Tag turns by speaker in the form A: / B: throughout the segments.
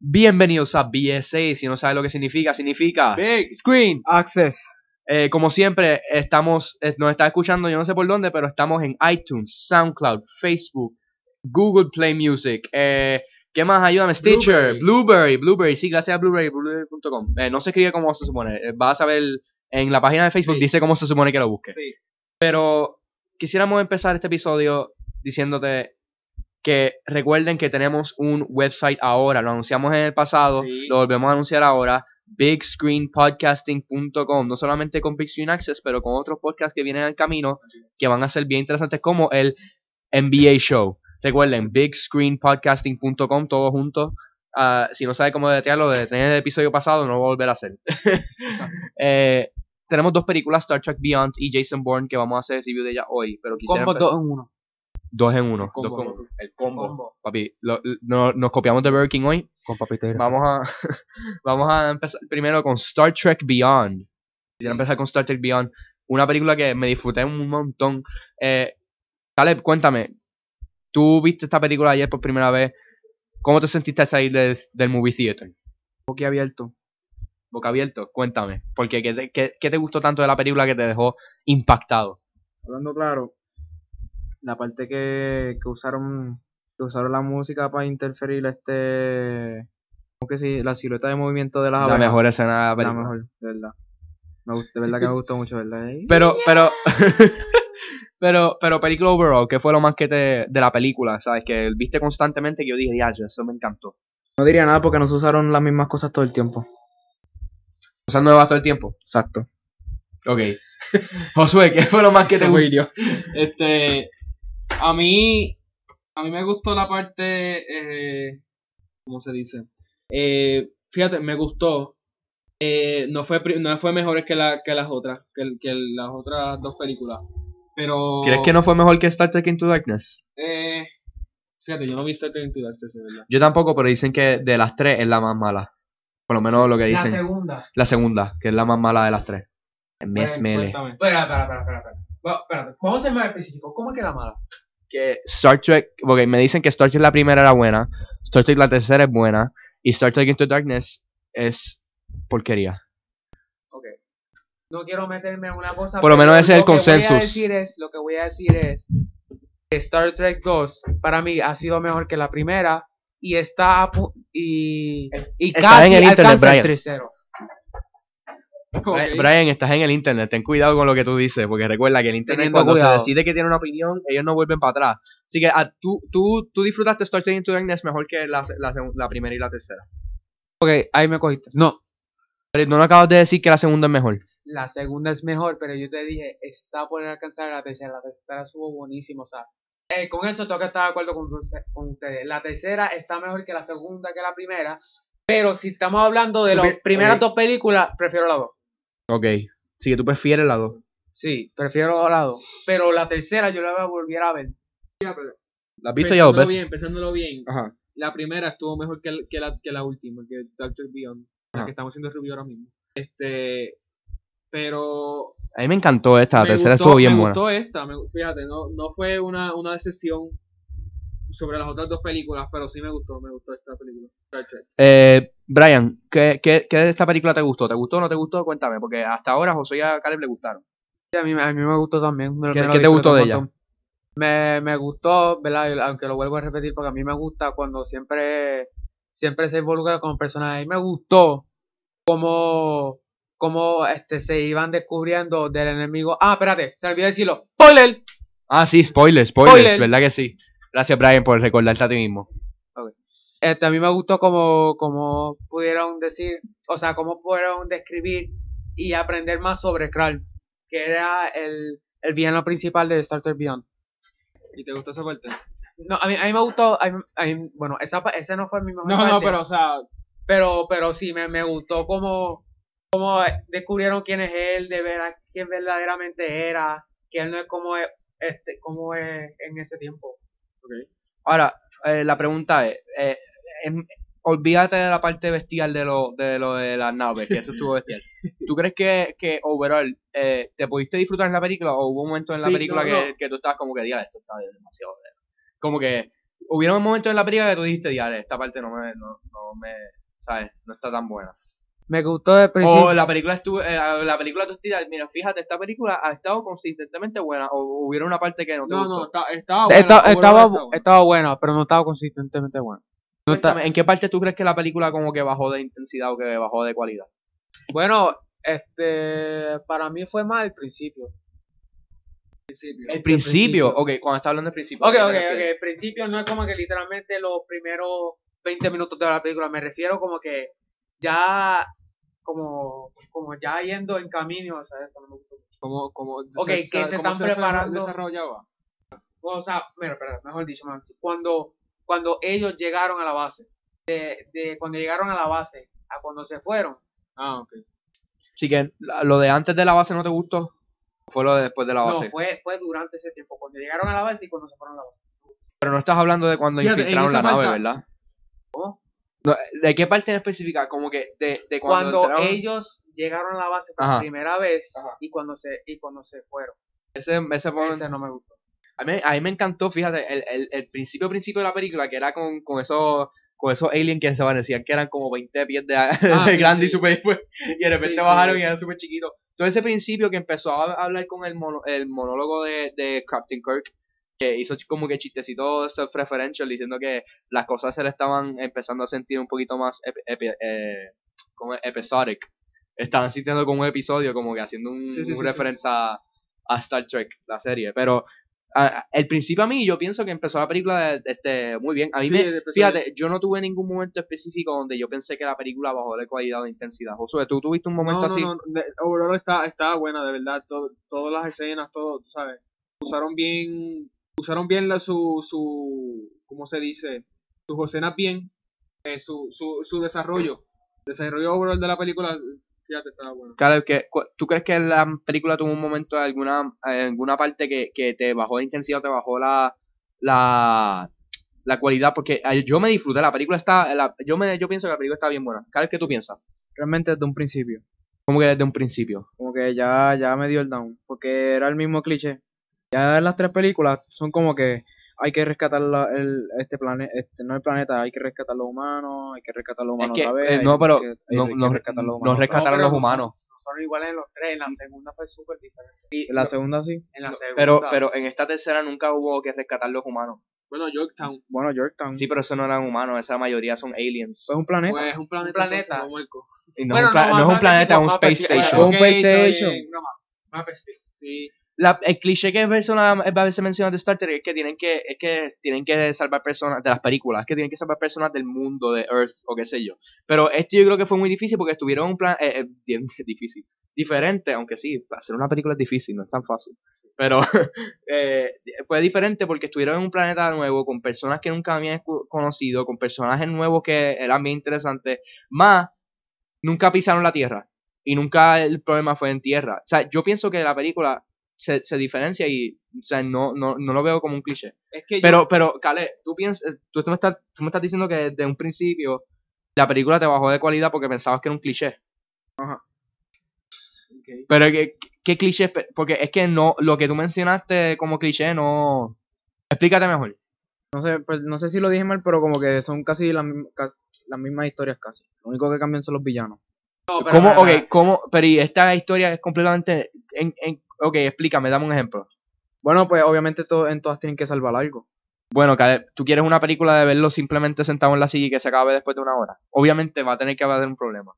A: Bienvenidos a BSA. Si no sabes lo que significa, significa
B: Big Screen Access.
A: Eh, como siempre, estamos, eh, nos está escuchando, yo no sé por dónde, pero estamos en iTunes, SoundCloud, Facebook, Google Play Music. Eh, ¿Qué más? Ayúdame, Stitcher, Blueberry,
B: Blueberry.
A: Blueberry, sí, gracias a Blueberry, Blueberry.com. Eh, no se escribe como se supone, eh, vas a ver en la página de Facebook,
B: Sí.
A: dice cómo se supone que lo busques.
B: Sí.
A: Pero quisiéramos empezar este episodio diciéndote que recuerden que tenemos un website ahora. Lo anunciamos en el pasado,
B: Sí.
A: lo volvemos a anunciar ahora. BigScreenPodcasting.com. No solamente con Big Screen Access, pero con otros podcasts que vienen al camino que van a ser bien interesantes, como el NBA Show. Recuerden, BigScreenPodcasting.com, todos juntos. Ah, si no sabe cómo detenerlo, detener el episodio pasado, no lo va a volver a hacer. Eh, tenemos dos películas, Star Trek Beyond y Jason Bourne, que vamos a hacer review de ellas hoy, pero quisiera
B: Combo
A: empe-
B: 2 en 1.
A: dos en uno.
B: combo.
A: dos combos. el combo. Papi, lo- no- nos copiamos de Burger King hoy.
B: Con papita.
A: Vamos a, vamos a empezar primero con Star Trek Beyond. Quisiera empezar con Star Trek Beyond, una película que me disfruté un montón. Eh, Caleb, cuéntame, tú viste esta película ayer por primera vez. ¿Cómo te sentiste al salir del, del movie theater?
B: Boqui abierto.
A: boca abierto, cuéntame. Porque ¿qué te, qué- qué te gustó tanto de la película que te dejó impactado?
B: Hablando claro, la parte que, que usaron que usaron la música para interferir este ¿cómo que sí? la silueta de movimiento de las
A: La
B: abejas.
A: mejor escena de la
B: Ah, la
A: película.
B: mejor, de verdad. Me gust- de verdad que me gustó mucho, ¿verdad? Ey.
A: Pero, pero, pero, pero película overall, ¿qué fue lo más que te, de la película? ¿Sabes? Que viste constantemente que yo dije, ya, eso me encantó.
B: No diría nada porque no se usaron las mismas cosas todo el tiempo.
A: Cosas nuevas todo el tiempo.
B: Exacto.
A: Ok. Josué, ¿qué fue lo más que te gustó?
C: Este, a mí, a mí me gustó la parte, eh, ¿cómo se dice? Eh, fíjate, me gustó. Eh, no fue pri- no fue mejores que, la, que las otras, que, el- que el- las otras dos películas. Pero.
A: ¿Crees que no fue mejor que Star Trek Into Darkness?
C: Eh, fíjate, yo no vi Star Trek Into Darkness, de verdad.
A: Yo tampoco, pero dicen que de las tres es la más mala. Por lo menos lo que dicen. La,
C: segunda.
A: segunda, que es la más mala de las tres.
C: Pues,
A: Mes Mele.
C: Espera, espera, espera, espera. Vamos a ser más específicos. ¿Cómo es que la mala?
A: que Star Trek, porque me dicen que Star Trek la primera era buena, Star Trek la tercera es buena, y Star Trek Into Darkness es porquería.
C: No quiero meterme en una cosa.
A: Por lo menos ese es el consensus.
C: decir es, lo que voy a decir es que Star Trek 2 para mí ha sido mejor que la primera y está a pu- y, y
A: Está
C: casi
A: en el internet,
C: alcanza
A: Brian.
C: el tercero.
A: Bri- Brian, estás en el internet, ten cuidado con lo que tú dices, porque recuerda que el internet
B: Teniendo
A: cuando
B: cuidado.
A: se decide que tiene una opinión, ellos no vuelven para atrás. Así que ah, tú, tú, tú disfrutaste Star Trek Into Darkness mejor que la, se- la, segun- la primera y la tercera.
C: Ok, ahí me cogiste. No,
A: Pero no nos acabas de decir que la segunda es mejor.
C: la segunda es mejor, pero yo te dije, está por alcanzar la tercera. La tercera estuvo buenísimo, o sea. eh, con eso tengo que estar de acuerdo con, dulce- con ustedes. La tercera está mejor que la segunda, que la primera. Pero si estamos hablando de
A: Tú
C: las
A: pi-
C: primeras
A: ok.
C: dos películas, prefiero la dos.
A: Ok, así que tú prefieres la dos.
C: Sí, prefiero la dos. Pero la tercera yo la volviera a ver.
A: ¿La has visto ya dos veces?
C: Pues bien, pensándolo bien.
A: Ajá.
C: La primera estuvo mejor que, el- que la, que la última, que es Star Trek Beyond,
A: Ajá.
C: la que estamos haciendo review ahora mismo. Este, pero
A: A mí me encantó esta, la
C: me
A: tercera
C: gustó-
A: estuvo bien
C: me
A: buena.
C: gustó esta, me- fíjate, no, no fue una, una decepción sobre las otras dos películas, pero sí me gustó, me gustó esta película. Star Trek.
A: Eh, Brian, ¿qué, qué, qué de esta película te gustó? ¿Te gustó o no te gustó? Cuéntame, porque hasta ahora José y a Caleb le gustaron.
B: A mí, a mí me gustó también. me lo-
A: ¿Qué-
B: me lo
A: qué te gustó
B: disfruté
A: de
B: un
A: ella?
B: montón. Me, me gustó, ¿verdad? Y Aunque lo vuelvo a repetir, porque a mí me gusta cuando siempre, siempre se involucra con personajes. Y me gustó cómo, cómo este, se iban descubriendo del enemigo. Ah, espérate, se me olvidó decirlo. ¡Spoiler!
A: Ah, sí, spoilers, spoilers,
B: Spoiler.
A: ¿verdad que sí? Gracias, Brian, por recordarte a ti mismo.
B: Este, a mí me gustó cómo, cómo pudieron decir, o sea, cómo pudieron describir y aprender más sobre Krall, que era el, el villano principal de Star Trek Beyond.
C: ¿Y te gustó esa parte?
B: No, a mí, a mí me gustó, a mí- a mí- bueno, esa, pa- ese no fue mi mejor
C: No,
B: parte,
C: no, pero o sea,
B: pero, pero sí, me, me gustó cómo, cómo descubrieron quién es él, de ver quién verdaderamente era, que él no es como es, este, como es en ese tiempo.
A: Ahora, eh, la pregunta es, eh, em, olvídate de la parte bestial de lo de, lo de las naves, que eso estuvo bestial. ¿Tú crees que, que overall, eh, te pudiste disfrutar en la película o hubo un momento en la
C: Sí,
A: película
C: no,
A: que,
C: no.
A: que tú estabas como que, diga, esto está demasiado... eh, Como que hubieron momentos en la película que tú dijiste, diale, esta parte no me, no, no me, ¿sabes? No está tan buena.
B: Me gustó de principio.
A: O la película estuvo, eh, la película tú tiras, mira, fíjate, esta película ha estado consistentemente buena, o hubiera una parte que no te
C: No,
A: gustó.
C: no, está- estaba buena.
B: Esta- estaba,
C: overall está buena.
B: estaba buena, pero no estaba consistentemente buena. No está-
A: Cuéntame, ¿En qué parte tú crees que la película como que bajó de intensidad o que bajó de cualidad?
B: Bueno, este, para mí fue más el principio.
A: El
B: principio.
A: principio, ok, cuando está hablando del principio.
B: Ok, ok,
A: ¿a qué te
B: ok.
A: refieres?
B: El principio no es como que literalmente los primeros 20 minutos de la película. Me refiero como que ya, como, como ya yendo en camino. O sea, esto no me gustó.
C: Como, como,
B: Ok, que se
C: cómo
B: están preparando.
C: desarrollaba.
B: O sea, mira, espera, mejor dicho, man, cuando, cuando ellos llegaron a la base, de, de cuando llegaron a la base a cuando se fueron,
C: Ah, ok.
A: Así que la- lo de antes de la base no te gustó, ¿O fue lo de después de la
B: no,
A: base.
B: fue, fue durante ese tiempo, cuando llegaron a la base y cuando se fueron a la base.
A: Pero no estás hablando de cuando
C: Fíjate, en
A: infiltraron la
C: esa
A: nave,
C: parte-
A: ¿verdad? No, ¿De qué parte en específica? Como que de, de cuando,
B: Cuando,
A: entraron-
B: ellos llegaron a la base por
A: Ajá.
B: primera vez
C: Ajá.
B: y cuando se y cuando se fueron.
A: ese, ese momento-
B: Ese no me gustó.
A: A mí, a mí me encantó, fíjate, el, el, el principio principio de la película, que era con, con esos con esos aliens que se parecían que eran como 20 pies de, de
C: Ah, sí,
A: grande y
C: sí.
A: super pues, y de repente
C: Sí, sí,
A: bajaron
C: sí.
A: y eran súper chiquitos. Todo ese principio que empezó a hablar con el, mono- el monólogo de, de Captain Kirk, que hizo ch- como que chistecito self-referential, diciendo que las cosas se le estaban empezando a sentir un poquito más ep- epi- eh, como episodic. Estaban sintiendo como un episodio, como que haciendo un,
C: Sí, sí,
A: un
C: sí, sí.
A: referencia a- a Star Trek, la serie. Pero a- a- el principio a mí, yo pienso que empezó la película este, muy bien. A mí
C: Sí,
A: me,
C: el episodio-
A: fíjate, yo no tuve ningún momento específico donde yo pensé que la película bajó de cualidad o de intensidad. Josué, tú tuviste un
C: No,
A: momento
C: no,
A: así.
C: no, de- overall está, está buena, de verdad. Todo, todas las escenas, todo, tú sabes. Usaron bien, usaron bien la, su, su, ¿cómo se dice? Sus escenas bien, eh, su, su, su desarrollo. Desarrollo overall de la película, fíjate, estaba bueno.
A: Caleb, ¿qué- cu- ¿tú crees que la película tuvo un momento, alguna, eh, alguna parte que, que te bajó la intensidad, te bajó la, la, la cualidad? Porque eh, yo me disfruté, la película está, la- yo, me, yo pienso que la película está bien buena. Caleb, ¿qué tú piensas?
D: Realmente desde un principio.
A: Como que desde un principio.
D: Como que ya, ya me dio el down. Porque era el mismo cliché. Ya en las tres películas son como que hay que rescatar la- el, este planeta, este, no el planeta, hay que rescatar los humanos, hay que rescatar los humanos
A: que,
D: otra vez.
A: eh,
D: hay
A: no, pero
D: que- hay
A: No,
D: que
A: no-
D: rescatar los
A: no
D: humanos.
A: rescataron
B: No, pero
A: los
B: no son-
A: humanos.
B: No son iguales en los tres, en la segunda fue súper diferente.
D: En La segunda sí.
B: En la segunda.
A: Pero, pero en esta tercera nunca hubo que rescatar los humanos.
C: Bueno, Yorktown,
D: Bueno, Yorktown.
A: Sí, pero eso no eran humanos, esa mayoría son aliens.
D: Fue un planeta.
C: pues es un planeta.
B: planeta.
C: entonces, no muerco.
A: Y no,
B: Bueno,
A: es un pla-
B: no,
A: no es
B: más
A: un planeta, es un space
B: específico, más
A: station.
D: Un
C: Ok,
D: PlayStation.
C: está bien,
B: no más, más específico.
C: Sí,
A: La- el cliché que persona- a veces menciona de Star Trek es que tienen que, es que tienen que salvar personas de las películas, es que tienen que salvar personas del mundo, de Earth o qué sé yo. Pero esto yo creo que fue muy difícil porque estuvieron un plan eh, eh, bien difícil. Diferente, aunque sí, hacer una película es difícil, no es tan fácil. Pero eh, fue diferente porque estuvieron en un planeta nuevo, con personas que nunca habían escu- conocido, con personajes nuevos que eran bien interesantes, más nunca pisaron la Tierra. Y nunca el problema fue en tierra. O sea, yo pienso que la película se, se diferencia y o sea, no, no, no lo veo como un cliché.
C: es que yo-
A: Pero, pero, Cale, tú piensas, tú, tú me estás, tú me estás diciendo que desde un principio la película te bajó de cualidad porque pensabas que era un cliché.
C: Ok.
A: Pero ¿qué, qué cliché? espe- Porque es que no, lo que tú mencionaste como cliché no. Explícate mejor.
D: No sé, pues, no sé si lo dije mal, pero como que son casi las mism- cas- las mismas historias casi. Lo único que cambian son los villanos.
B: No, pero
A: ¿Cómo,
B: no, no,
A: ok, cómo, pero y esta historia es completamente. En, en, ok, explícame, dame un ejemplo.
D: Bueno, pues obviamente to- en todas tienen que salvar algo.
A: Bueno, Cale, tú quieres una película de verlo simplemente sentado en la silla y que se acabe después de una hora. Obviamente va a tener que haber un problema.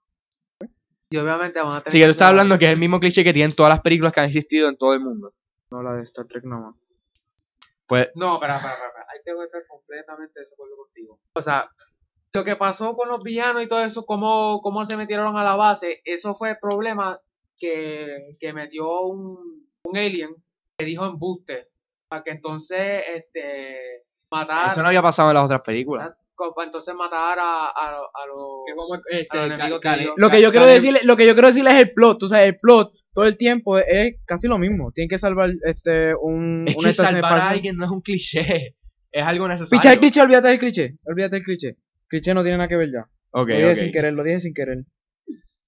B: Y obviamente van a tener
A: Sí, él está
B: hacer-
A: hablando que es el mismo cliché que tienen todas las películas que han existido en todo el mundo.
D: No la de Star Trek nada más.
A: Pues,
B: No, espera, espera, espera, espera. Ahí tengo que estar completamente de desacuerdo contigo. O sea, lo que pasó con los villanos y todo eso, cómo, cómo se metieron a la base, eso fue el problema que, que metió un, un alien que dijo embuste. Para que entonces este, matar,
A: eso no había pasado en las otras películas.
B: exacto, co- para entonces matar a, a, lo- a los...
C: que como, este,
B: A los enemigos
C: Ca-
B: que yo-
C: Ca-
D: Lo que yo quiero
C: Caleb-
D: decirle, lo que yo quiero decirle es el plot, tú sabes, el plot todo el tiempo es, es casi lo mismo. Tienen que salvar este un
A: Es
D: una
A: que
D: estación
A: salvar a
D: espacial.
A: alguien no es un cliché. Es algo necesario.
D: Picha el cliché, olvídate del cliché. Olvídate del cliché. Cliché no tiene nada que ver ya.
A: Ok,
D: lo dije
A: ok.
D: sin querer, lo dije sin querer.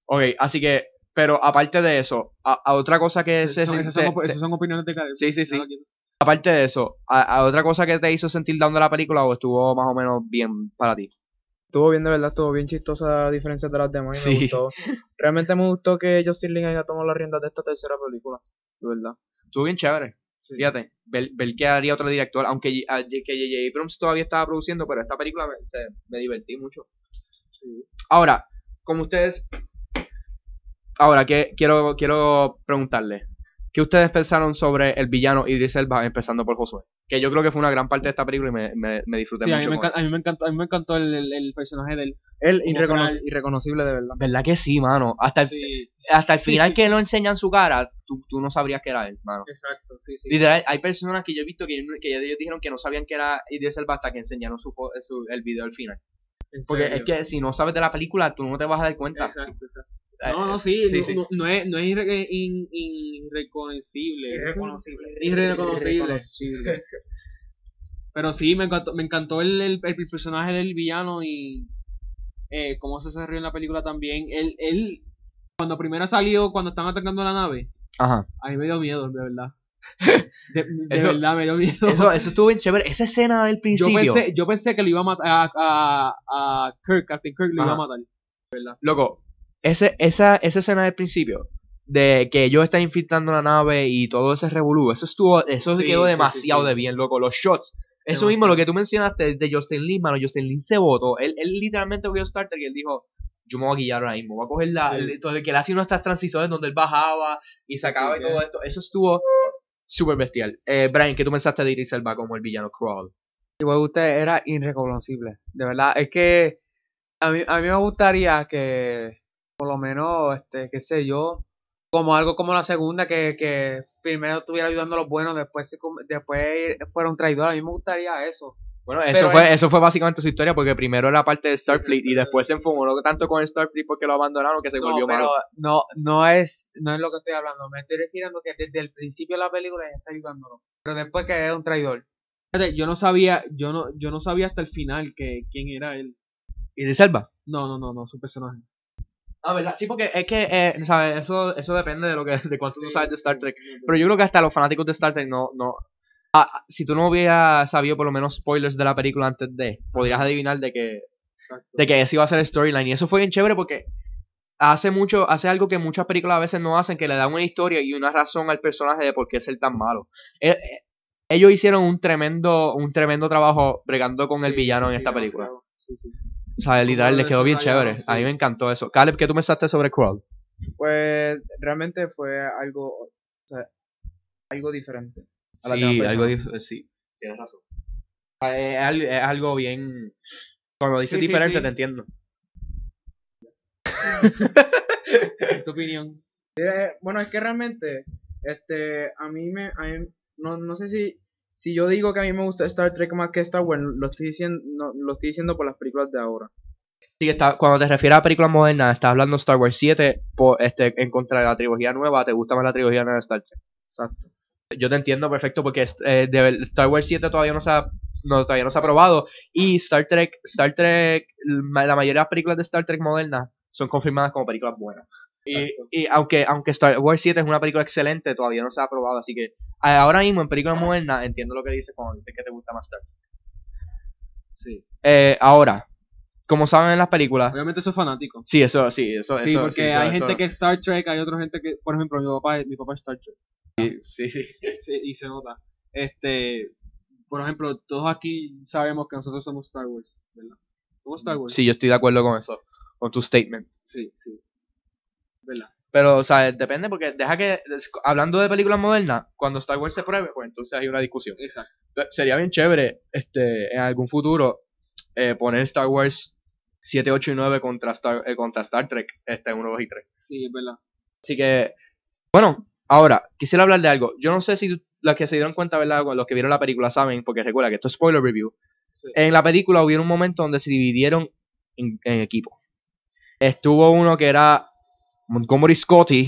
A: Ok, así que, pero aparte de eso, a, a otra cosa que
C: Esas
A: se
C: son-
A: siente-
C: este, esas son op- esas son opiniones de Caleb.
A: Sí, sí, sí.
C: No lo quiero.
A: Aparte de eso, ¿a, a otra cosa que te hizo sentir down de la película o estuvo más o menos bien para ti?
D: Estuvo bien, de verdad, estuvo bien chistosa a diferencia de las demás. Y me
A: Sí.
D: gustó. Realmente me gustó que Justin Lin haya tomado las riendas de esta tercera película. De verdad.
A: Estuvo bien chévere. Fíjate, ver, ver qué haría otro director, aunque J- a- que J.J. Abrams todavía estaba produciendo, pero esta película me, se- me divertí mucho. Ahora, como ustedes... Ahora, que, quiero, quiero preguntarle, ¿qué ustedes pensaron sobre el villano Idris Elba, empezando por Josué? Que yo creo que fue una gran parte de esta película y me, me- me disfruté
C: Sí, a mí,
A: mucho.
C: me
A: con él.
C: encanta- a mí me encantó, a mí me encantó el, el- el personaje del...
D: Él
C: Como
D: irrecono-
C: tal.
D: irreconocible, de verdad.
A: ¿Verdad que sí, mano? Hasta el,
C: Sí,
A: hasta el final que no enseñan su cara, tú, tú no sabrías que era él, mano.
C: exacto, sí, sí.
A: Literal, hay personas que yo he visto que, yo- que ellos dijeron que no sabían que era Idris Elba hasta que enseñaron su, fo- su- el video al final.
C: en
A: Porque
C: serio.
A: es que si no sabes de la película, tú no te vas a dar cuenta.
C: Exacto, exacto.
A: Eh,
C: No,
A: eh,
C: no, sí,
A: sí,
C: no,
A: sí.
C: no- no es, no es irre- in- in- irreconocible.
D: Irreconocible.
C: Irreconocible. Pero sí, me encantó, me encantó el, el- el personaje del villano y eh, cómo se desarrolló en la película también. Él, él, cuando primero salió, cuando están atacando la nave,
A: Ajá.
C: a mí me dio miedo, de verdad. De, de
A: Eso-
C: verdad, me dio miedo.
A: Eso, eso estuvo bien chévere. Esa escena del
C: yo,
A: principio.
C: pensé, yo pensé que lo iba a matar a, a, a Kirk, Captain Kirk lo iba a
A: Ajá.
C: matar.
A: Loco, ese, esa, esa escena del principio. De que ellos están infiltrando la nave y todo ese revolú. Eso estuvo. Eso se
C: Sí,
A: quedó
C: sí, sí,
A: demasiado
C: sí.
A: de bien, loco. Los shots. Eso mismo
C: Demasiado.
A: lo que tú mencionaste de Justin Lin, mano. Justin Lin se votó. Él, él literalmente vio Star Trek y él dijo. Yo me voy a guiar ahora mismo. Voy a coger la.
C: Sí.
A: el- todo el que él hacía nuestras transiciones donde él bajaba y sacaba
C: Sí,
A: y todo esto. Eso estuvo súper bestial. Eh, Brian, ¿qué tú pensaste de Idris Elba como el villano Crawl?
B: Igual que usted era irreconocible. De verdad, es que a mí, a mí me gustaría que, por lo menos, este, qué sé yo, como algo como la segunda, que, que primero estuviera ayudando a los buenos, después, se com- después fueron traidores. A mí me gustaría eso.
A: Bueno, eso
B: Pero
A: fue,
B: en-
A: eso fue básicamente su historia, porque primero era parte de Starfleet y después se enfumó tanto con Starfleet porque lo abandonaron que se
B: No,
A: volvió
B: pero
A: malo.
B: no, no, es, no es lo que estoy hablando. Me estoy refiriendo que desde el principio de la película ya está ayudándolo. Pero después que es un traidor.
C: Fíjate, yo no sabía, yo no, yo no sabía hasta el final que quién era él.
A: ¿Y de Selva?
C: No, no, no, no, su personaje.
A: Ah, ¿verdad? Sí, porque es que, eh, ¿sabes? Eso, eso depende de lo que de cuánto tú
C: Sí,
A: sabes de Star Trek.
C: sí, sí.
A: Pero yo creo que hasta los fanáticos de Star Trek no... no Ah, ah, si tú no hubieras sabido por lo menos spoilers de la película antes de, podrías adivinar de que,
C: Exacto.
A: de que ese iba a ser el storyline. Y eso fue bien chévere porque hace mucho hace algo que muchas películas a veces no hacen, que le dan una historia y una razón al personaje de por qué ser tan malo. Eh, eh, ellos hicieron un tremendo un tremendo trabajo bregando con el
C: Sí,
A: villano
C: sí,
A: en
C: sí,
A: esta película.
C: demasiado. Sí, sí.
A: O sea, literal,
C: Como
A: les quedó bien
C: desarrollaron,
A: chévere. A mí
C: sí.
A: me encantó eso. Caleb, ¿qué tú pensaste sobre Crawl?
D: Pues realmente fue algo, o sea, algo diferente. a las demás
A: Sí, algo
D: personas.
A: dif- sí, tienes razón. Ah, Es, al- es algo bien... Cuando dices
C: Sí, sí,
A: diferente,
C: sí.
A: te entiendo.
C: ¿Tu opinión?
D: Eh, Bueno, es que realmente, este, a mí me, a mí- no, no sé si, si yo digo que a mí me gusta Star Trek más que Star Wars, lo estoy diciendo, no, lo estoy diciendo por las películas de ahora.
A: Sí, que está, cuando te refieres a películas modernas, estás hablando de Star Wars 7 por, este, en contra de la trilogía nueva. ¿Te gusta más la trilogía nueva de Star Trek?
D: Exacto.
A: Yo te entiendo perfecto porque eh, de ver- Star Wars 7 todavía no se ha, no, todavía no se ha probado y Star Trek, Star Trek, la la mayoría de las películas de Star Trek modernas son confirmadas como películas buenas. Y, y aunque, aunque Star Wars 7 es una película excelente, todavía no se ha probado, así que a- ahora mismo en películas modernas entiendo lo que dices cuando dices que te gusta más Star Trek.
C: Sí.
A: Eh, ahora, como saben en las películas,
C: Obviamente soy fanático.
A: sí, eso, sí, eso,
C: sí,
A: eso,
C: porque
A: eso,
C: hay
A: eso.
C: gente que es Star Trek, hay otra gente que, por ejemplo, mi papá, mi papá es Star Trek.
A: Sí, sí.
C: Sí, y se nota. Este, por ejemplo, todos aquí sabemos que nosotros somos Star Wars, ¿verdad? Somos Star Wars.
A: Sí, yo estoy de acuerdo con eso, con tu statement.
C: sí, sí. ¿Verdad?
A: Pero, o sea, depende porque deja que, es- hablando de películas modernas, cuando Star Wars se pruebe, pues entonces hay una discusión.
C: Exacto.
A: Entonces, sería bien chévere, este, en algún futuro, eh, poner Star Wars 7, 8 y 9 contra Star, eh, contra Star Trek, este, 1, 2 y 3.
C: Sí, es verdad.
A: Así que, bueno, ahora, quisiera hablar de algo. Yo no sé si tú- los que se dieron cuenta, ¿verdad? Los que vieron la película saben, porque recuerda que esto es spoiler review.
C: Sí.
A: En la película hubo un momento donde se dividieron en, en equipos. Estuvo uno que era Montgomery Scotty.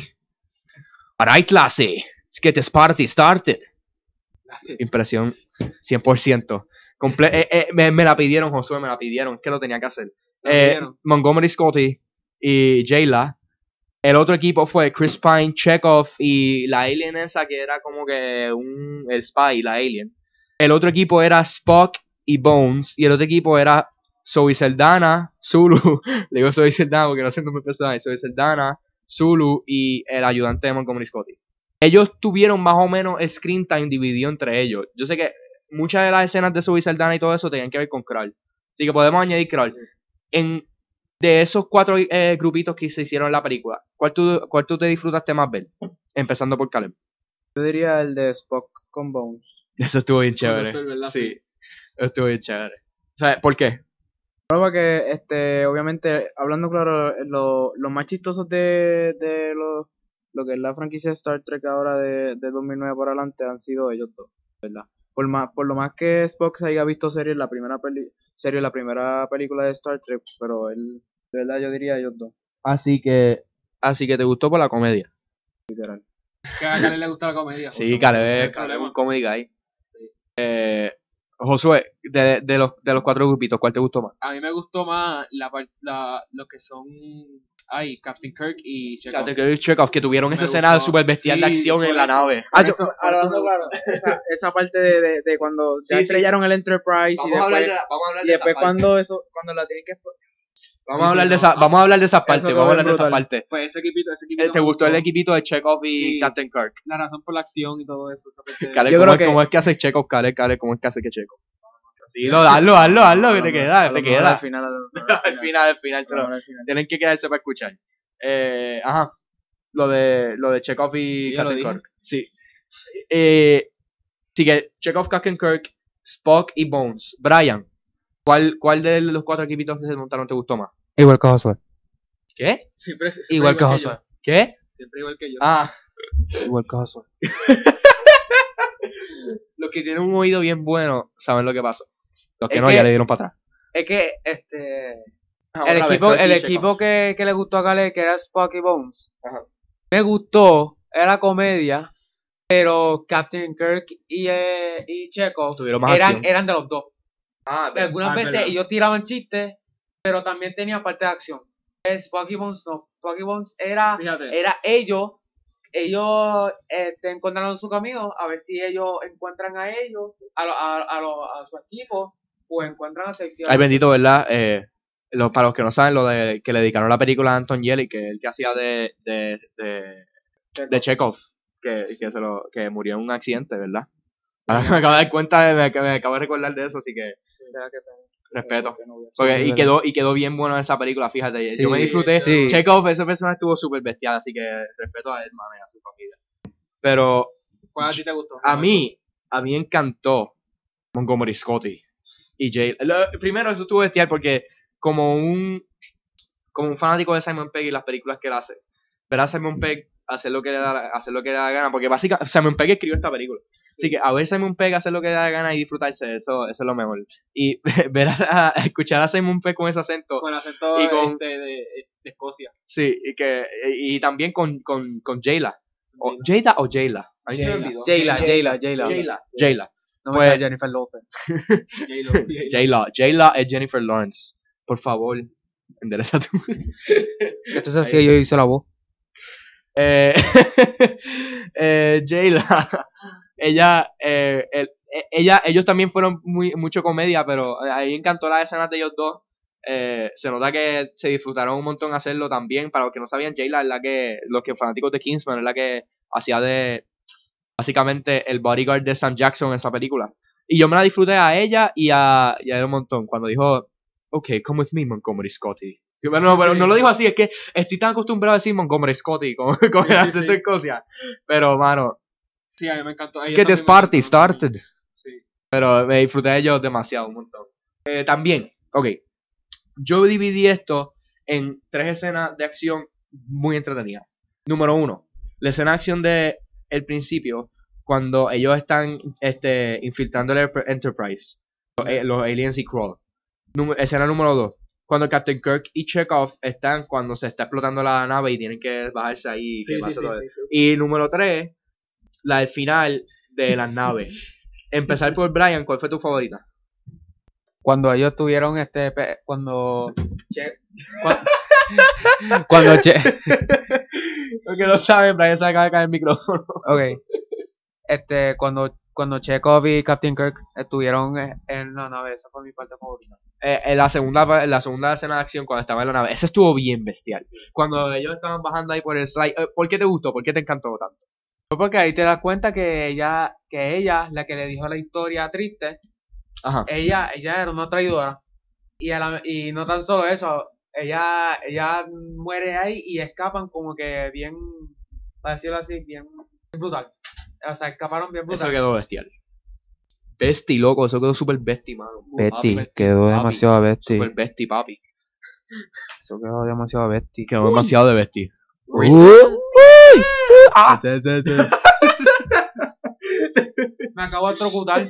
A: Alright, clase. Let's get this party started. Impresión 100%. Comple- eh, eh, me, me la pidieron, Josué, me la pidieron. Es que lo tenía que hacer.
C: La
A: Eh,
C: pidieron.
A: Montgomery Scotty y Jayla El otro equipo fue Chris Pine, Chekhov y la alien esa que era como que un el spy, la alien. El otro equipo era Spock y Bones y el otro equipo era Zoe Saldana, Zulu, le digo Zoe Saldana porque no sé cómo personaje, Zoe Saldana, Zulu y el ayudante de Montgomery Scotty. Ellos tuvieron más o menos el screen time dividido entre ellos. Yo sé que muchas de las escenas de Zoe Saldana y todo eso tenían que ver con Kral. Así que podemos añadir Kral. En, de esos cuatro eh, grupitos que se hicieron en la película, ¿cuál tú, ¿cuál tú te disfrutaste más ver? Empezando por Caleb.
D: Yo diría el de Spock con Bones.
A: Eso estuvo bien chévere.
C: Doctor, ¿verdad?
A: Sí, estuvo bien chévere. O sea, ¿por qué?
D: Prueba que, este, obviamente, hablando claro, lo- los más chistosos de, de lo, lo que es la franquicia de Star Trek ahora de, de 2009 por adelante han sido ellos dos, ¿verdad? Por, más, por lo más que Spock se haya visto serio en la primera peli, serio en la primera película de Star Trek, pero él, de verdad yo diría ellos dos,
A: Así que, así que te gustó por la comedia.
D: literal.
C: Que a Karen le gusta la comedia. Pues,
A: Sí,
C: No
A: Caleb
C: hay
A: es Caleb es un
C: problema.
A: comedy guy. Eh, Josué, de, de los, de los cuatro grupitos, ¿cuál te gustó más?
C: A mí me gustó más la, par- la, lo que son. Ay, Captain Kirk y Chekhov.
A: Fíjate que Chekhov, que tuvieron
C: Me
A: esa escena
C: gustó.
A: súper bestial de
C: Sí,
A: acción en
C: por
A: la
C: eso.
A: nave.
D: Ah,
C: Por
D: yo-
C: eso- por
D: hablando
C: eso me
D: claro, esa, esa parte de, de, de cuando
A: Sí,
D: ya
A: sí.
D: estrellaron el Enterprise y después,
A: vamos a hablar
D: y después cuando eso, cuando la tienen que explotar.
A: Vamos a
C: Sí, sí,
A: hablar de
C: no,
A: esa,
C: ah,
A: vamos a hablar de esa parte,
D: quedó
A: vamos a hablar de esa
D: brutal.
A: parte.
C: Pues ese equipito, ese equipito.
A: Eh, ¿Te
C: me
A: gustó el equipito de Chekhov y
C: Sí.
A: Captain Kirk?
C: La razón por la acción y todo eso. esa parte de-
A: Cale,
D: Yo
A: ¿cómo,
D: creo
A: es,
D: que-
A: ¿Cómo es que hace Chekhov, Cale, Cale? ¿Cómo es que hace que Chekhov? Sí, no, hazlo, hazlo, hazlo, que te queda, te
D: Al
A: queda.
D: final, a lo mejor
A: Al final, al final,
D: a
A: te
D: lo
A: lo-
D: mejor al final.
A: tienen que quedarse para escuchar. Eh, ajá, lo de, lo de Chekhov y
C: Sí, ya lo
A: Captain
C: dije.
A: Kirk. Sí. Eh, sí que Chekhov, Captain Kirk, Spock y Bones. Brian, ¿cuál, ¿cuál de los cuatro equipitos que se montaron te gustó más?
B: Igual que Josué.
A: ¿Qué?
C: Siempre, siempre
A: Igual que
C: yo.
A: Josué. ¿Qué?
C: Siempre igual que yo.
A: Ah.
B: Igual que Josué.
A: los que tienen un oído bien bueno saben lo que pasó. Los que
B: Es
A: no,
B: que-
A: ya le dieron para atrás.
B: Es que, este.
A: Otra
B: El
A: vez,
B: equipo,
A: Kirk y
B: el
A: Chekhov.
B: equipo que, que le gustó a Gale, que era Spock y Bones,
A: Ajá.
B: me gustó, era comedia, pero Captain Kirk y, eh, y Chekhov
A: Tuvieron más
B: eran,
A: acción.
B: eran de los dos.
A: Ah, pero-
B: Algunas
C: ah, es
B: veces
C: verdad.
B: ellos tiraban chistes, pero también tenía parte de acción. Eh, Spock y Bones no. Spock y Bones
D: Ah,
B: era,
C: Fíjate.
D: eh,
B: era ellos, ellos este, encontraron su camino, a ver si ellos encuentran a ellos, a, lo- a, a, lo- a su equipo, o encuentran a su equipo.
A: Ay, bendito, ¿verdad? Eh, los- para los que no saben, lo de que le dedicaron la película a Anton Yelly, que es el que hacía de, de, de, de Chekhov, que, que, se lo, que murió en un accidente, ¿verdad? Ahora me acabo de dar cuenta, de, me, que me acabo de recordar de eso, así que respeto. Porque-
B: sí,
A: y,
B: verdad.
A: quedó, y quedó bien bueno esa película, fíjate.
B: Sí,
A: yo me disfruté.
B: sí.
A: Chekhov, ese personaje estuvo súper bestial, así que respeto a él, man, y a su familia. Pero
C: ¿Cuál a ti te gustó?
A: A mí, a mí encantó Montgomery Scotty y Jay. lo- primero, eso estuvo bestial porque como un, como un fanático de Simon Pegg y las películas que él hace, ver a Simon Pegg hacer lo que le da, la- hacer lo que le da la gana, porque básicamente Simon Pegg escribió esta película. Así que a ver Simon Pegg hacer lo que le da la gana y disfrutarse, eso, eso es lo mejor. Y ver a, a escuchar a Simon Pegg con ese acento,
C: Con el acento
A: Y con-
C: este, de, de Escocia.
A: sí, y, que, y, y también con, con, con Jayla. O, ¿Jada o Jayla? A mí se me
C: Jayla.
A: olvidó.
B: Jayla,
A: Jay-
B: Jayla, Jayla.
A: Jayla. Jayla.
B: No
A: Pues-
B: me sale Jennifer López.
C: J-Lo.
A: J-Law. J-Law es Jennifer Lawrence. Por favor, endereza tú.
B: Entonces así yo hice la voz.
A: Eh, eh, J-Law. Ella, eh, el- eh, ella, ellos también fueron muy, mucho comedia, pero eh, ahí encantó las escenas de ellos dos. Eh, se nota que se disfrutaron un montón hacerlo también. Para los que no sabían, J-Law es la que, los que fanáticos de Kingsman, es la que hacía de, básicamente, el bodyguard de Sam Jackson en esa película. Y yo me la disfruté a ella y a, y a él un montón. Cuando dijo, ok, come with me, Montgomery Scotty. Que, bueno, no, pero no lo dijo así, es que estoy tan acostumbrado a decir Montgomery Scotty con, con el
C: Sí, sí,
A: acento
C: sí.
A: de Escocia. Pero, mano,
C: Sí, a mí me encantó.
A: es
C: Ella
A: que
C: también
A: this
C: me
A: party
C: encantó.
A: started.
C: Sí.
A: Pero me disfruté de ellos demasiado, un montón. Eh, también, ok. Yo dividí esto en tres escenas de acción muy entretenidas. Número uno, la escena de acción de el principio, cuando ellos están este, infiltrando el Enter- Enterprise, los, eh, los aliens y Crawl. Número- escena número dos, cuando Captain Kirk y Chekhov están cuando se está explotando la nave y tienen que bajarse ahí. y
C: Sí,
A: que
C: sí,
A: pasa
C: sí,
A: todo
C: sí.
A: y número 3, la del final de las naves. Empezar por Brian, ¿cuál fue tu favorita?
B: Cuando ellos tuvieron este. pe- Cuando. Che- cua- Cuando, Che-
A: Lo que no saben, Brian se acaba de caer el micrófono.
B: Ok. Este, cuando, cuando Chekhov y Captain Kirk estuvieron eh, en la nave, esa fue mi parte favorita.
A: Eh, en la segunda pa- en la segunda escena de acción cuando estaba en la nave. Ese estuvo bien bestial. Cuando ellos estaban bajando ahí por el slide. eh, ¿Por qué te gustó? ¿Por qué te encantó tanto?
B: Fue porque ahí te das cuenta que ella, que ella, la que le dijo la historia triste,
A: Ajá.
B: ella, ella era una traidora. Y, a la- y no tan solo eso, ella, ella muere ahí y escapan como que bien, para decirlo así, bien brutal. O sea, escaparon bien
A: Eso
B: brutal.
A: quedó bestial. Besti, loco. Eso quedó súper besti, mano.
B: Betty,
A: Papi,
B: quedó
A: papi.
B: demasiado bestia.
A: Súper besti, papi.
B: Eso quedó demasiado bestia.
A: Quedó demasiado de besti.
B: Me acabo de trocutar.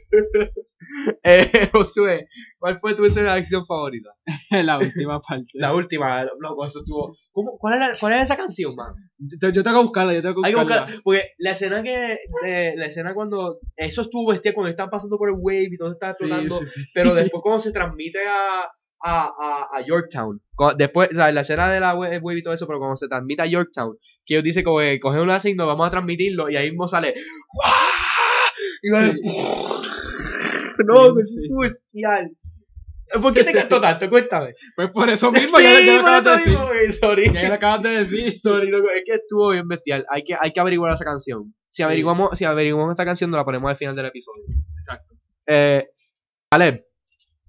A: Eh, Josué, ¿cuál fue tu escena de acción favorita?
C: la última parte.
A: La última, loco, eso estuvo. ¿Cómo? ¿Cuál, era, ¿Cuál era esa canción, man?
C: Yo te- Yo tengo que buscarla, yo tengo
A: Hay
C: que
A: que
C: buscarla.
A: buscar, porque la escena que, de- la escena cuando, eso estuvo bestial cuando están pasando por el wave y todo está
C: Sí,
A: explotando,
C: sí, sí.
A: pero después cuando se transmite a, a, a, a Yorktown, cu- después, o sea, la escena de la wave, wave y todo eso, pero cuando se transmite a Yorktown, que ellos dicen como que cogen un asigno, vamos a transmitirlo, y ahí mismo sale, ¡guau! y sale, no,
C: Sí,
A: que eso
C: sí.
A: estuvo bestial. ¿Por qué te cantó tanto? Cuéntame.
C: Pues por eso mismo, ya, ya lo
A: por
C: acabas
A: eso
C: de decir.
A: mismo, güey, sorry.
C: Ya lo acabas de decir.
A: Sorry, loco, es que estuvo bien bestial. Hay que, hay que averiguar esa canción. Si averiguamos, si averiguamos esta canción, nos la ponemos al final del episodio.
C: Exacto.
A: Eh, Alep,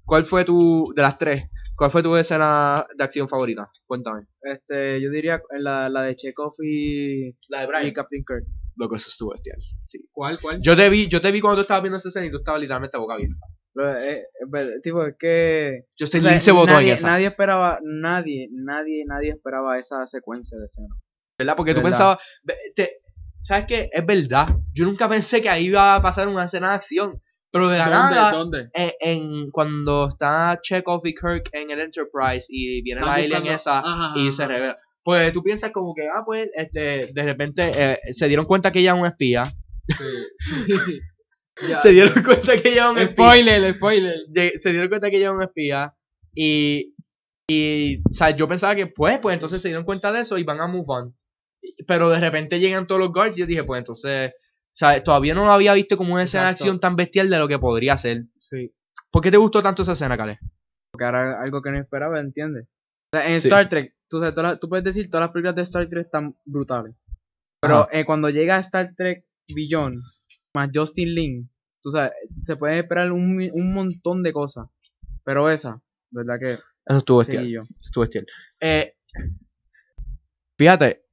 A: ¿cuál fue tu, de las tres, cuál fue tu escena de acción favorita? Cuéntame.
D: Este, yo diría la, la de Chekhov y,
A: La de
D: y Captain Kirk.
A: Loco, eso estuvo bestial.
C: ¿Cuál, cuál?
A: Yo te vi, yo te vi cuando tú estabas viendo esa escena y tú estabas literalmente boca abierta.
D: Lo- eh, eh, tipo, es que...
A: Yo estoy
D: O sea,
A: bien se votó en
D: nadie,
A: esa.
D: nadie esperaba, nadie, nadie, nadie esperaba esa secuencia de escena.
A: ¿Verdad? Porque tú
D: ¿Verdad?
A: pensabas. ve- te- ¿Sabes qué? Es verdad. Yo nunca pensé que ahí iba a pasar una escena de acción. Pero de la nada,
C: ¿Dónde?
A: eh, en cuando está Chekhov y Kirk en el Enterprise y viene
C: Están
A: la alien
C: buscando-
A: esa
C: Ajá,
A: y
C: ajá,
A: se
C: ajá.
A: revela. Pues tú piensas como que, ah, pues, este, de repente eh, se dieron cuenta que ella es una espía.
C: Sí, sí. Ya.
A: Se dieron cuenta que ella es una espía.
C: Spoiler, spoiler.
A: Lle- Se dieron cuenta que ella es una espía. Y, y, o sea, yo pensaba que, pues, pues entonces se dieron cuenta de eso y van a move on. Pero de repente llegan todos los guards y yo dije, pues entonces, o sea, todavía no lo había visto como una escena de
C: Exacto.
A: acción tan bestial de lo que podría ser.
C: Sí.
A: ¿Por qué te gustó tanto esa escena, Kale?
D: Porque era algo que no esperaba, ¿entiendes? O sea, en
A: Sí.
D: Star Trek, tú, sabes, todas las- tú puedes decir todas las películas de Star Trek están brutales. Pero
A: Ajá.
D: eh, cuando llega Star Trek Beyond, más Justin Lin, tú sabes, se puede esperar un, mi- un montón de cosas. Pero esa, ¿verdad que?
A: Eso estuvo bestial.
D: seguí yo.
A: Estuvo bestial. Eh, fíjate,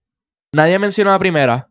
A: nadie mencionó la primera.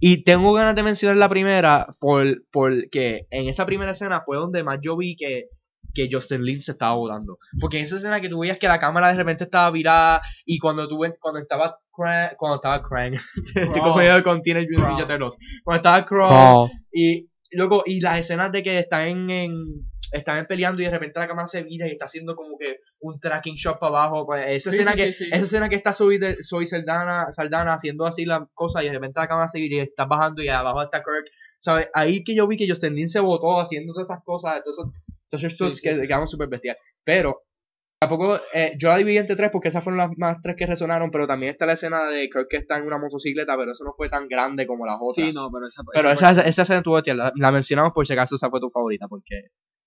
A: Y tengo ganas de mencionar la primera por, porque en esa primera escena fue donde más yo vi que, que Justin Lin se estaba volando. Porque en esa escena que tú veías que la cámara de repente estaba virada y cuando tú ven- cuando estaba Krang, cuando estaba Krang, estoy
C: Crawl.
A: confundido con Teenage Mutant
C: Crawl.
A: Ninja Turtles. cuando estaba Crawl, y luego, y las escenas de que están en, en- están peleando y de repente la cámara se vira y está haciendo como que un tracking shot para abajo. pues, esa,
C: Sí,
A: escena
C: sí,
A: que,
C: sí, sí.
A: esa escena que está Soy, de- Soy Saldana, Saldana haciendo así la cosa y de repente la cámara se vira y está bajando y abajo está Kirk. ¿Sabes? Ahí que yo vi que Justin Lin se botó haciendo todas esas cosas, todos esos, todos esos
C: Sí, sí,
A: que
C: sí.
A: quedaron súper bestial. Pero tampoco, eh, yo la dividí entre tres porque esas fueron las más tres que resonaron, pero también está la escena de Kirk que está en una motocicleta, pero eso no fue tan grande como las otras.
C: Sí, no, pero esa.
A: Pero
C: esa
A: esa, esa escena estuvo bestial, La, la mencionamos por si acaso esa fue tu favorita, porque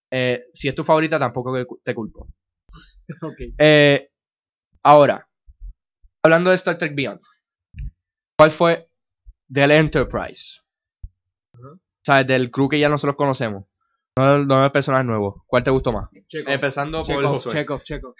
A: eh, si es tu favorita tampoco que cu- te culpo.
C: fue- Ok.
A: Eh, ahora, hablando de Star Trek Beyond, ¿cuál fue del Enterprise? O sea, del crew que ya nosotros conocemos. No, no del personaje nuevo. ¿Cuál te gustó más?
C: Checo.
A: Empezando por
C: Checo,
A: Josué.
C: checo, checo.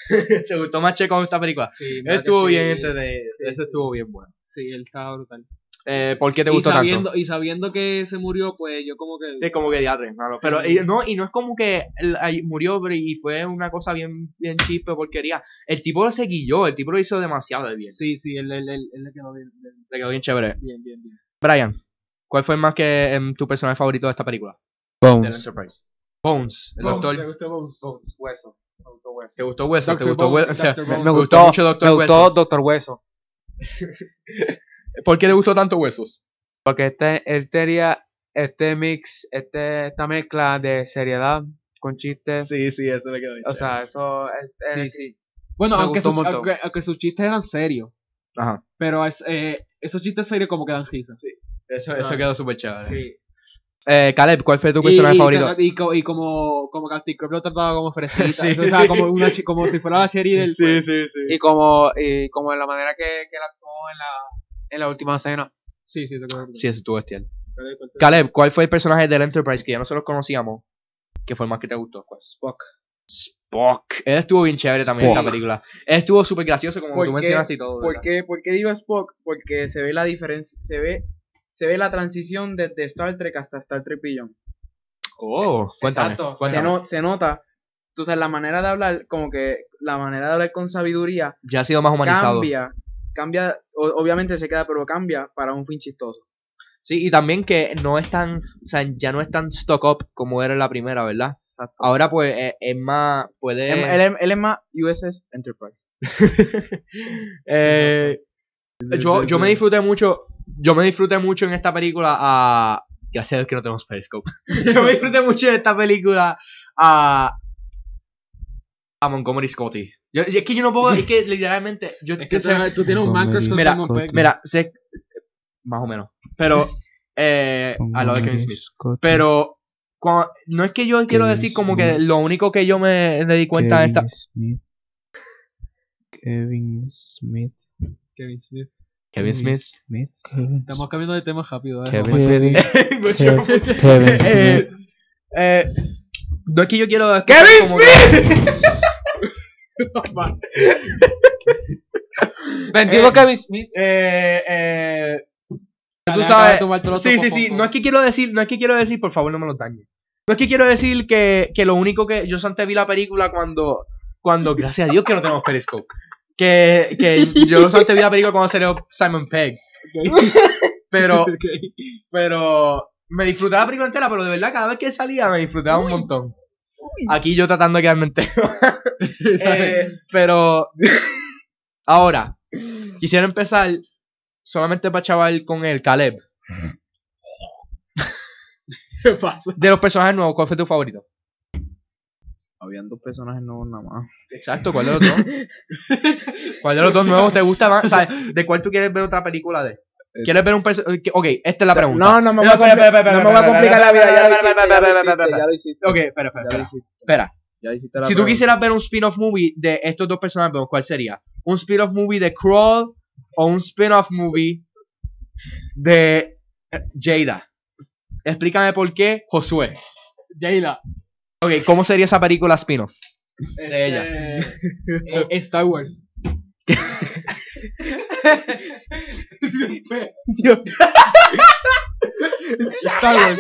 A: ¿Te gustó más Checo esta película?
C: Sí, verdad
A: Estuvo
C: que sí.
A: bien entretenido.
C: Sí,
A: Ese
C: sí.
A: estuvo bien bueno.
C: Sí, él estaba brutal.
A: Eh, ¿Por qué te gustó
C: y sabiendo,
A: tanto?
C: Y sabiendo que se murió, pues yo como que.
A: Sí, como que diatre, mano.
C: Sí.
A: Pero y, no, y no es como que el- ay, murió pero y fue una cosa bien, bien chispe, porquería. El tipo se guilló, el tipo lo hizo demasiado de bien.
C: Sí, sí, él, él, él, él le quedó bien, bien,
A: Le quedó bien chévere.
C: bien, bien. bien.
A: Brian, ¿cuál fue más que em, tu personaje favorito de esta película? Del
D: Bones.
A: Enterprise. Bones, el
C: Bones,
A: doctor.
C: le gustó Bones.
B: Hueso. Auto hueso.
A: ¿Te gustó Hueso? ¿Te
C: Dr.
A: gustó
C: Bones,
A: Hueso? O sea,
C: Dr.
A: me
C: Bones.
A: gustó, mucho Doctor
B: Me gustó
A: Huesos.
B: Doctor Hueso.
A: ¿Por qué le gustó tanto Huesos?
B: Porque este, él tenía este mix, este, esta mezcla de seriedad con chistes.
A: Sí, sí, eso le quedó bien
B: O sea, eso es,
C: Sí,
B: es-
C: sí. Bueno,
B: Me
C: aunque
B: gustó
C: sus,
B: un montón.
C: aunque- aunque sus chistes eran serios.
A: Ajá.
C: Pero es- eh, esos chistes serios como que dan risa. Sí.
A: Eso,
C: Exacto.
A: eso quedó súper chévere.
C: sí.
A: Eh, Caleb, ¿cuál fue tu personaje
C: y,
A: favorito?
C: Y, co- y como, como Captain Crunch lo trataba como fresita. O sea, como, una, chi- como si fuera la cherry del. pues.
A: Sí, sí, sí.
B: Y como, y como en la manera que, que la actuó en la, en la última cena.
C: Sí, sí, eso creo que-
A: Sí, eso estuvo bestial.
C: creo que-
A: Caleb, ¿cuál fue el personaje del Enterprise que ya nosotros conocíamos? Que fue el más que te gustó. ¿Cuál? Spock. Spock. Él estuvo bien chévere también en esta
D: Spock.
A: película. Él estuvo súper gracioso, como
D: ¿Por
A: tú
D: qué?
A: mencionaste y todo.
D: ¿Por
A: ¿verdad?
D: qué, por qué digo Spock? Porque se ve la diferencia, se ve, se ve la transición desde Star Trek hasta Star Trek Beyond.
A: Oh, cuéntame.
B: Exacto.
D: Se,
A: cuéntame.
D: no- se nota, tú sabes, la manera de hablar, como que la manera de hablar con sabiduría
A: Ya ha sido más humanizado.
D: cambia, cambia, o- obviamente se queda, pero cambia para un fin chistoso.
A: Sí, y también que no es tan, o sea, ya no es tan stock up como era en la primera, ¿verdad? Ahora pues eh, es más, puede...
D: Él- él, es- él es más USS Enterprise.
A: Eh, yo, yo me disfruté mucho, yo me disfruté mucho en esta película a... Gracias a Dios que no tenemos Periscope. yo me disfruté mucho en esta película a... A Montgomery Scotty. Yo- es que yo no puedo, es que literalmente... Yo,
C: Es que
A: se-
C: tú, tú tienes un man crush con
A: Mira,
C: Simon Pegg.
A: Mira, sé... Más o menos. Pero... Eh, a lo de Kevin Smith. Pero cua- no es que yo quiero
E: Kevin
A: decir como que
E: Smith.
A: lo único que yo me, me di cuenta de
E: Kevin
A: esta...
E: Smith. Kevin Smith.
C: Kevin Smith.
A: Kevin Smith.
E: Smith.
C: Estamos cambiando de tema rápido. ¿eh?
A: Kevin
C: Vamos a-
E: Kevin,
A: Mucho-
E: Kevin
A: Eh,
E: Smith.
A: eh, no es que yo quiero... ¡Kevin Smith!
B: Bendigo Kevin Smith.
A: Eh, eh,
C: Dale,
A: sabes-
C: acaba de tomarte los
A: sí, sí,
C: topos,
A: sí.
C: pom,
A: No es que quiero decir, no es que quiero decir, por favor, no me lo dañe. No es que quiero decir que, que lo único que yo antes vi la película cuando, cuando, gracias a Dios que no tenemos Periscope. Que, que yo antes vi la película cuando salió Simon Pegg. Pero,
C: pom. Ok.
A: pero me disfrutaba la película entera, pero de verdad cada vez que salía me disfrutaba un montón. Aquí yo tratando de quedarme entero. Eh, pero ahora, quisiera empezar solamente para chaval con el Caleb.
C: ¿Qué pasa?
A: De los personajes nuevos, ¿cuál fue tu favorito?
D: Habían dos personajes nuevos Ah, nada más.
A: Exacto, ¿cuál de los dos? ¿Cuál de los dos nuevos te gusta más? ¿Sabes? ¿De cuál tú quieres ver otra película de? ¿Quieres ver un personaje? Ok, esta es la pregunta.
D: No, no me voy
A: Espera,
D: a compli-
A: espera, espera,
D: no me voy a
A: espera,
D: complicar la vida. Ya
A: espera,
D: lo hiciste,
A: espera, espera, espera, Ok, espera, espera,
D: ya lo hiciste, ya lo hiciste. Ya
A: espera.
D: lo hiciste.
A: espera.
D: Ya hiciste la
A: Si tú
D: pregunta.
A: quisieras ver un spin-off movie de estos dos personajes, nuevos, ¿cuál sería? ¿Un spin-off movie de Crawl o un spin-off movie de eh, Jada? Explícame por qué, Josué.
C: Jayla.
A: Ok, ¿cómo sería esa película spin-off? De ella.
C: Eh, eh, Star Wars.
A: Star Wars.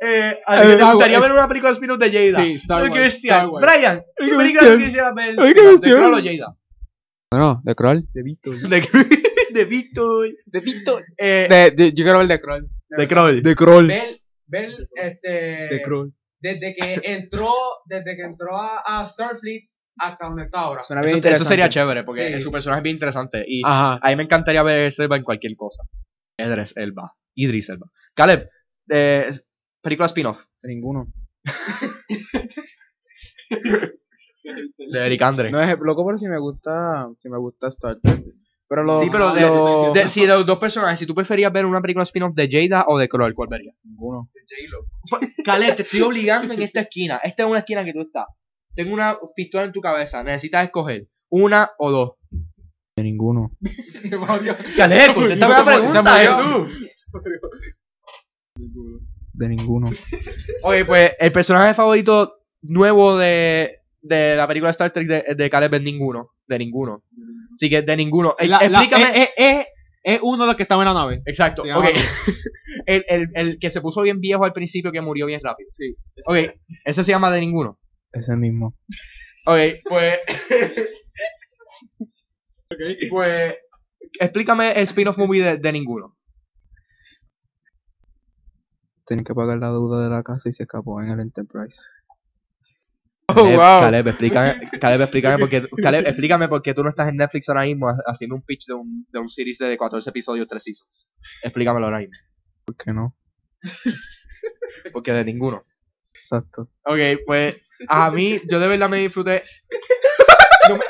A: Eh, ¿a ti
C: Eh,
A: te
C: Star
A: gustaría
C: Wars.
A: ver una película spin-off de Jada?
C: Sí, Star
A: Ay,
C: Wars.
A: qué bestial.
C: Star Wars.
A: Brian, ¿qué película tú quisieras ver?
C: Ay, qué
A: ¿De
C: bestial.
A: Troll o Jada?
B: Bueno, de Kroll.
D: De Vito.
A: De, de Victor.
B: De Víctor.
A: Eh,
B: yo quiero ver de Kroll.
A: de Kroll.
B: De Kroll.
D: Bell, Bell, este.
B: Kroll.
D: Desde que entró, desde que entró a, a Starfleet hasta donde está ahora.
B: Suena bien
A: Eso, eso
B: interesante.
A: sería chévere porque
D: Sí.
A: su personaje es bien interesante. Y
B: Ajá.
A: a mí me encantaría ver a Elba en cualquier cosa. Edres Elba. Idris Elba. Caleb, eh, película spin-off
D: Ninguno.
A: de Eric Andre.
D: No es loco, pero si me gusta, si me gusta Star Trek. Pero lo,
A: sí, pero de,
D: lo-
A: de- si de los dos personajes, si tú preferías ver una película spin-off de Jada o de Kroll, ¿cuál verías?
D: ninguno.
A: Caleb, te estoy obligando en esta esquina. Esta es una esquina que tú estás. Tengo una pistola en tu cabeza. Necesitas escoger una o dos.
D: De ninguno.
A: Caleb, contesta la
B: Se
A: pregunta,
B: murió.
A: Jesús.
D: De ninguno.
A: Oye, pues el personaje favorito nuevo de, de la película Star Trek de, de Caleb es ninguno. De ninguno. Así que de ninguno. Eh,
C: La- la-
A: Explícame.
C: eh, eh, eh, es uno de los que estaba en la nave.
A: Exacto,
C: Se
A: ok.
C: llama-
A: El, el- el que se puso bien viejo al principio, que murió bien rápido.
C: Sí.
A: Ok, ese se llama de ninguno.
D: Ese mismo.
A: Ok, pues. Pues. Explícame el spin-off movie de, de ninguno.
D: Tenía que pagar la deuda de la casa y se escapó en el Enterprise.
A: Oh, Caleb, Caleb, explícame, Caleb, explícame por qué, Caleb, explícame por qué tú no estás en Netflix ahora mismo ha- haciendo un pitch de un, de un series de 14 episodios, 3 seasons. Explícamelo ahora mismo.
D: ¿Por qué no?
A: Porque de ninguno.
D: Exacto.
A: Ok, pues a mí, yo de verdad me disfruté. No me-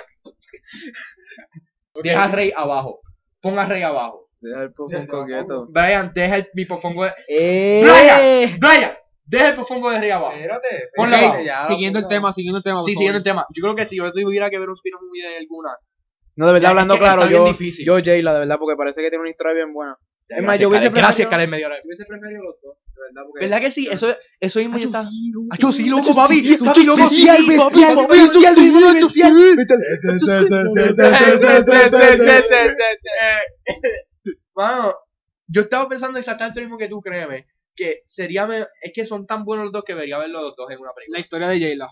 A: Deja a Rey abajo. Ponga a Rey abajo.
D: Deja el poco coqueto.
A: Brian, deja el mi pofongo de.
D: ¡Eh!
A: ¡Brian! ¡Brian! Deja el pofongo de Rey abajo.
B: Espérate.
A: Ponlo
B: Ok,
A: abajo.
B: ya,
C: Siguiendo el
B: puta.
C: tema, siguiendo el tema. por
A: Sí,
C: favor.
A: siguiendo el tema. Yo creo que si yo tuviera que ver un spin-off movie de alguna.
D: No, de verdad,
A: Ya,
D: hablando
A: es que
D: claro,
A: está bien
D: yo,
A: difícil.
D: yo Jayla, de verdad, porque parece que tiene una historia bien buena.
A: Ya,
D: Es más,
A: gracias,
D: yo hubiese
A: Karen. Gracias,
D: preferido-
A: Karen, media hora.
D: Yo hubiese preferido los dos, de verdad, porque...
A: ¿Verdad que sí? Eso, eso mismo Ah, yo
D: Acho,
A: estaba.
D: sí, loco.
A: ¡Acho, sí,
D: Acho,
A: loco, papi!
D: sí,
A: ¡Papi, loco!
D: sí,
A: ¡Sí,
D: papi,
A: papi,
D: papi,
A: papi!
D: acho, sí,
A: papi,
D: acho, sí,
A: papi.
D: metal, acho, sí.
A: Eh, Mano, yo estaba pensando exactamente lo mismo que tú, créeme. Que sería. me- Es que son tan buenos los dos que debería verlos los dos en una película.
C: La historia de Jayla.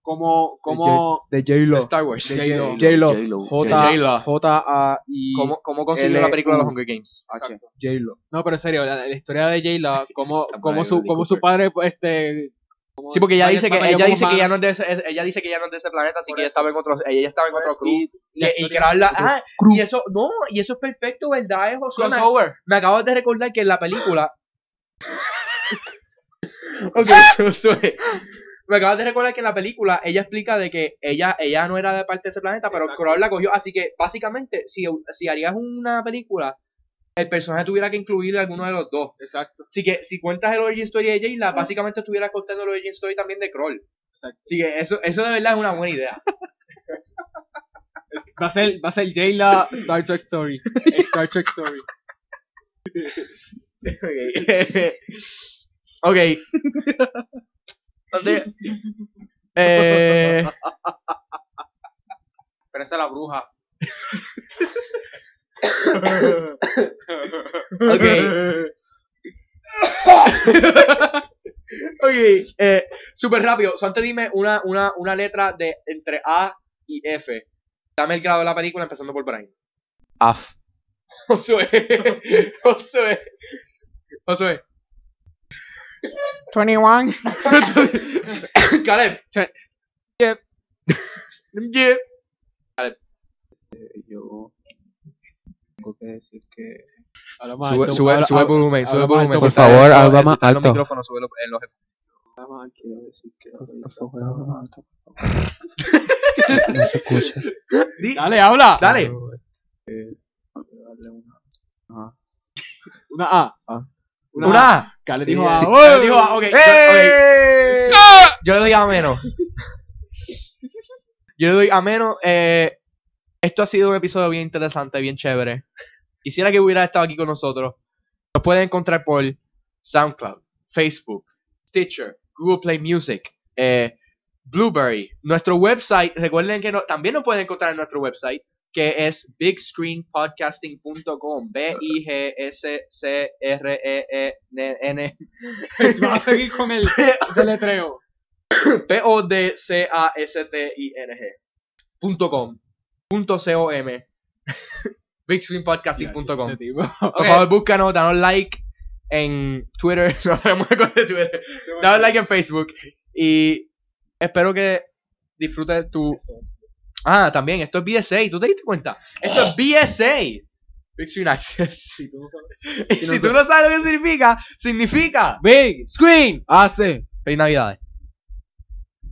C: Como, como
D: De J-Lo.
A: Star Wars.
C: de
A: J-Lo.
C: J-Lo.
D: J-Lo.
B: J-Lo.
D: J- J-A-I.
A: ¿Cómo, cómo consiguió la
D: L- E
A: película de los
D: U.
A: Hunger Games?
D: H.
A: Exacto.
D: J-Lo.
C: No, pero en serio, la, la historia de Jayla, como,
A: Está
C: como
A: mal,
C: su,
A: Bradley
C: como su
A: Cooper.
C: padre, pues, este.
A: Sí, porque ella
C: Vaya-
A: dice que
C: batalló
A: ella
C: como
A: dice que ya
C: humana.
A: no es de ese, es- ella dice que ya no es de ese planeta, así
C: Por
A: que ella
C: eso.
A: estaba en otro ella ya estaba en otro club.
C: Y-
A: Y, y que habla, ah, y eso no, y eso es perfecto, ¿verdad? Es Josué? Me-
B: Crossover.
A: Me acabas de recordar que en la película. ok,
C: Ah.
A: Josué. Me acabas de recordar que en la película ella explica de que ella, ella no era de parte de ese planeta, pero
C: Exacto.
A: Crow la cogió. Así que básicamente, si, si harías una película, el personaje tuviera que incluir a alguno de los dos.
C: Exacto.
A: Así que si cuentas el origin story de Jayla, básicamente estuvieras contando el origin story también de Kroll.
C: Exacto.
A: Así que eso, eso de verdad es una buena idea.
C: Va a ser, va a ser Jayla Star Trek Story. Star Trek Story.
A: ok. Entonces, eh,
B: Pero esa es la bruja.
A: ok. ok. Eh, Súper rápido. Solo te dime una, una, una letra de entre A y F. Dame el grado de la película empezando por Brian.
B: Af.
A: Josué. Josué. Josué.
D: 21.
A: Caleb.
C: Yep.
A: Yep.
D: Yo tengo que decir que...
C: Ahora más
A: Sube,
C: alto,
A: sube,
C: ahora-
A: sube el volumen, sube el
C: habla
A: volumen.
C: más alto, por
A: si está-
B: favor,
A: si
B: habla
A: está
B: más
A: en los
B: alto.
A: micrófonos, sube los- en los
D: Nada más quiero decir que...
B: No se escucha.
C: Dale, habla.
A: Dale. Eh,
D: Darle una...
C: Una A.
D: Ah.
C: Una, A.
A: ¡Una!
C: Cale
D: Sí,
C: dijo
D: sí.
C: A.
A: Yo le digo, ah, ok, yo-
D: ¡Eh!
A: ok. Yo le doy a menos. Yo le doy a menos. eh, esto ha sido un episodio bien interesante, bien chévere. Quisiera que hubiera estado aquí con nosotros. Nos pueden encontrar por SoundCloud, Facebook, Stitcher, Google Play Music, eh, Blueberry. Nuestro website, recuerden que no- también nos pueden encontrar en nuestro website, que es bigscreenpodcasting.com. E B-I-G-S-C-R-E-E-N-N.
C: Va a seguir con el deletreo.
A: P-O-D-C-A-S-T-I-N-G. Punto com. Punto C-O-M. BigScreenPodcasting.com.
C: Este tipo.
A: Por favor, búscanos, danos like en Twitter. No sabemos qué cosa de Twitter. Danos like en Facebook. Y espero que disfrutes tu. Ah, también, esto es BSA. ¿Tú te diste cuenta? Esto es BSA. Big Screen Access.
C: Si tú no sabes-
A: Y si tú no sabes lo que significa, significa
C: Big
A: Screen.
D: Hace.
A: Feliz Navidades.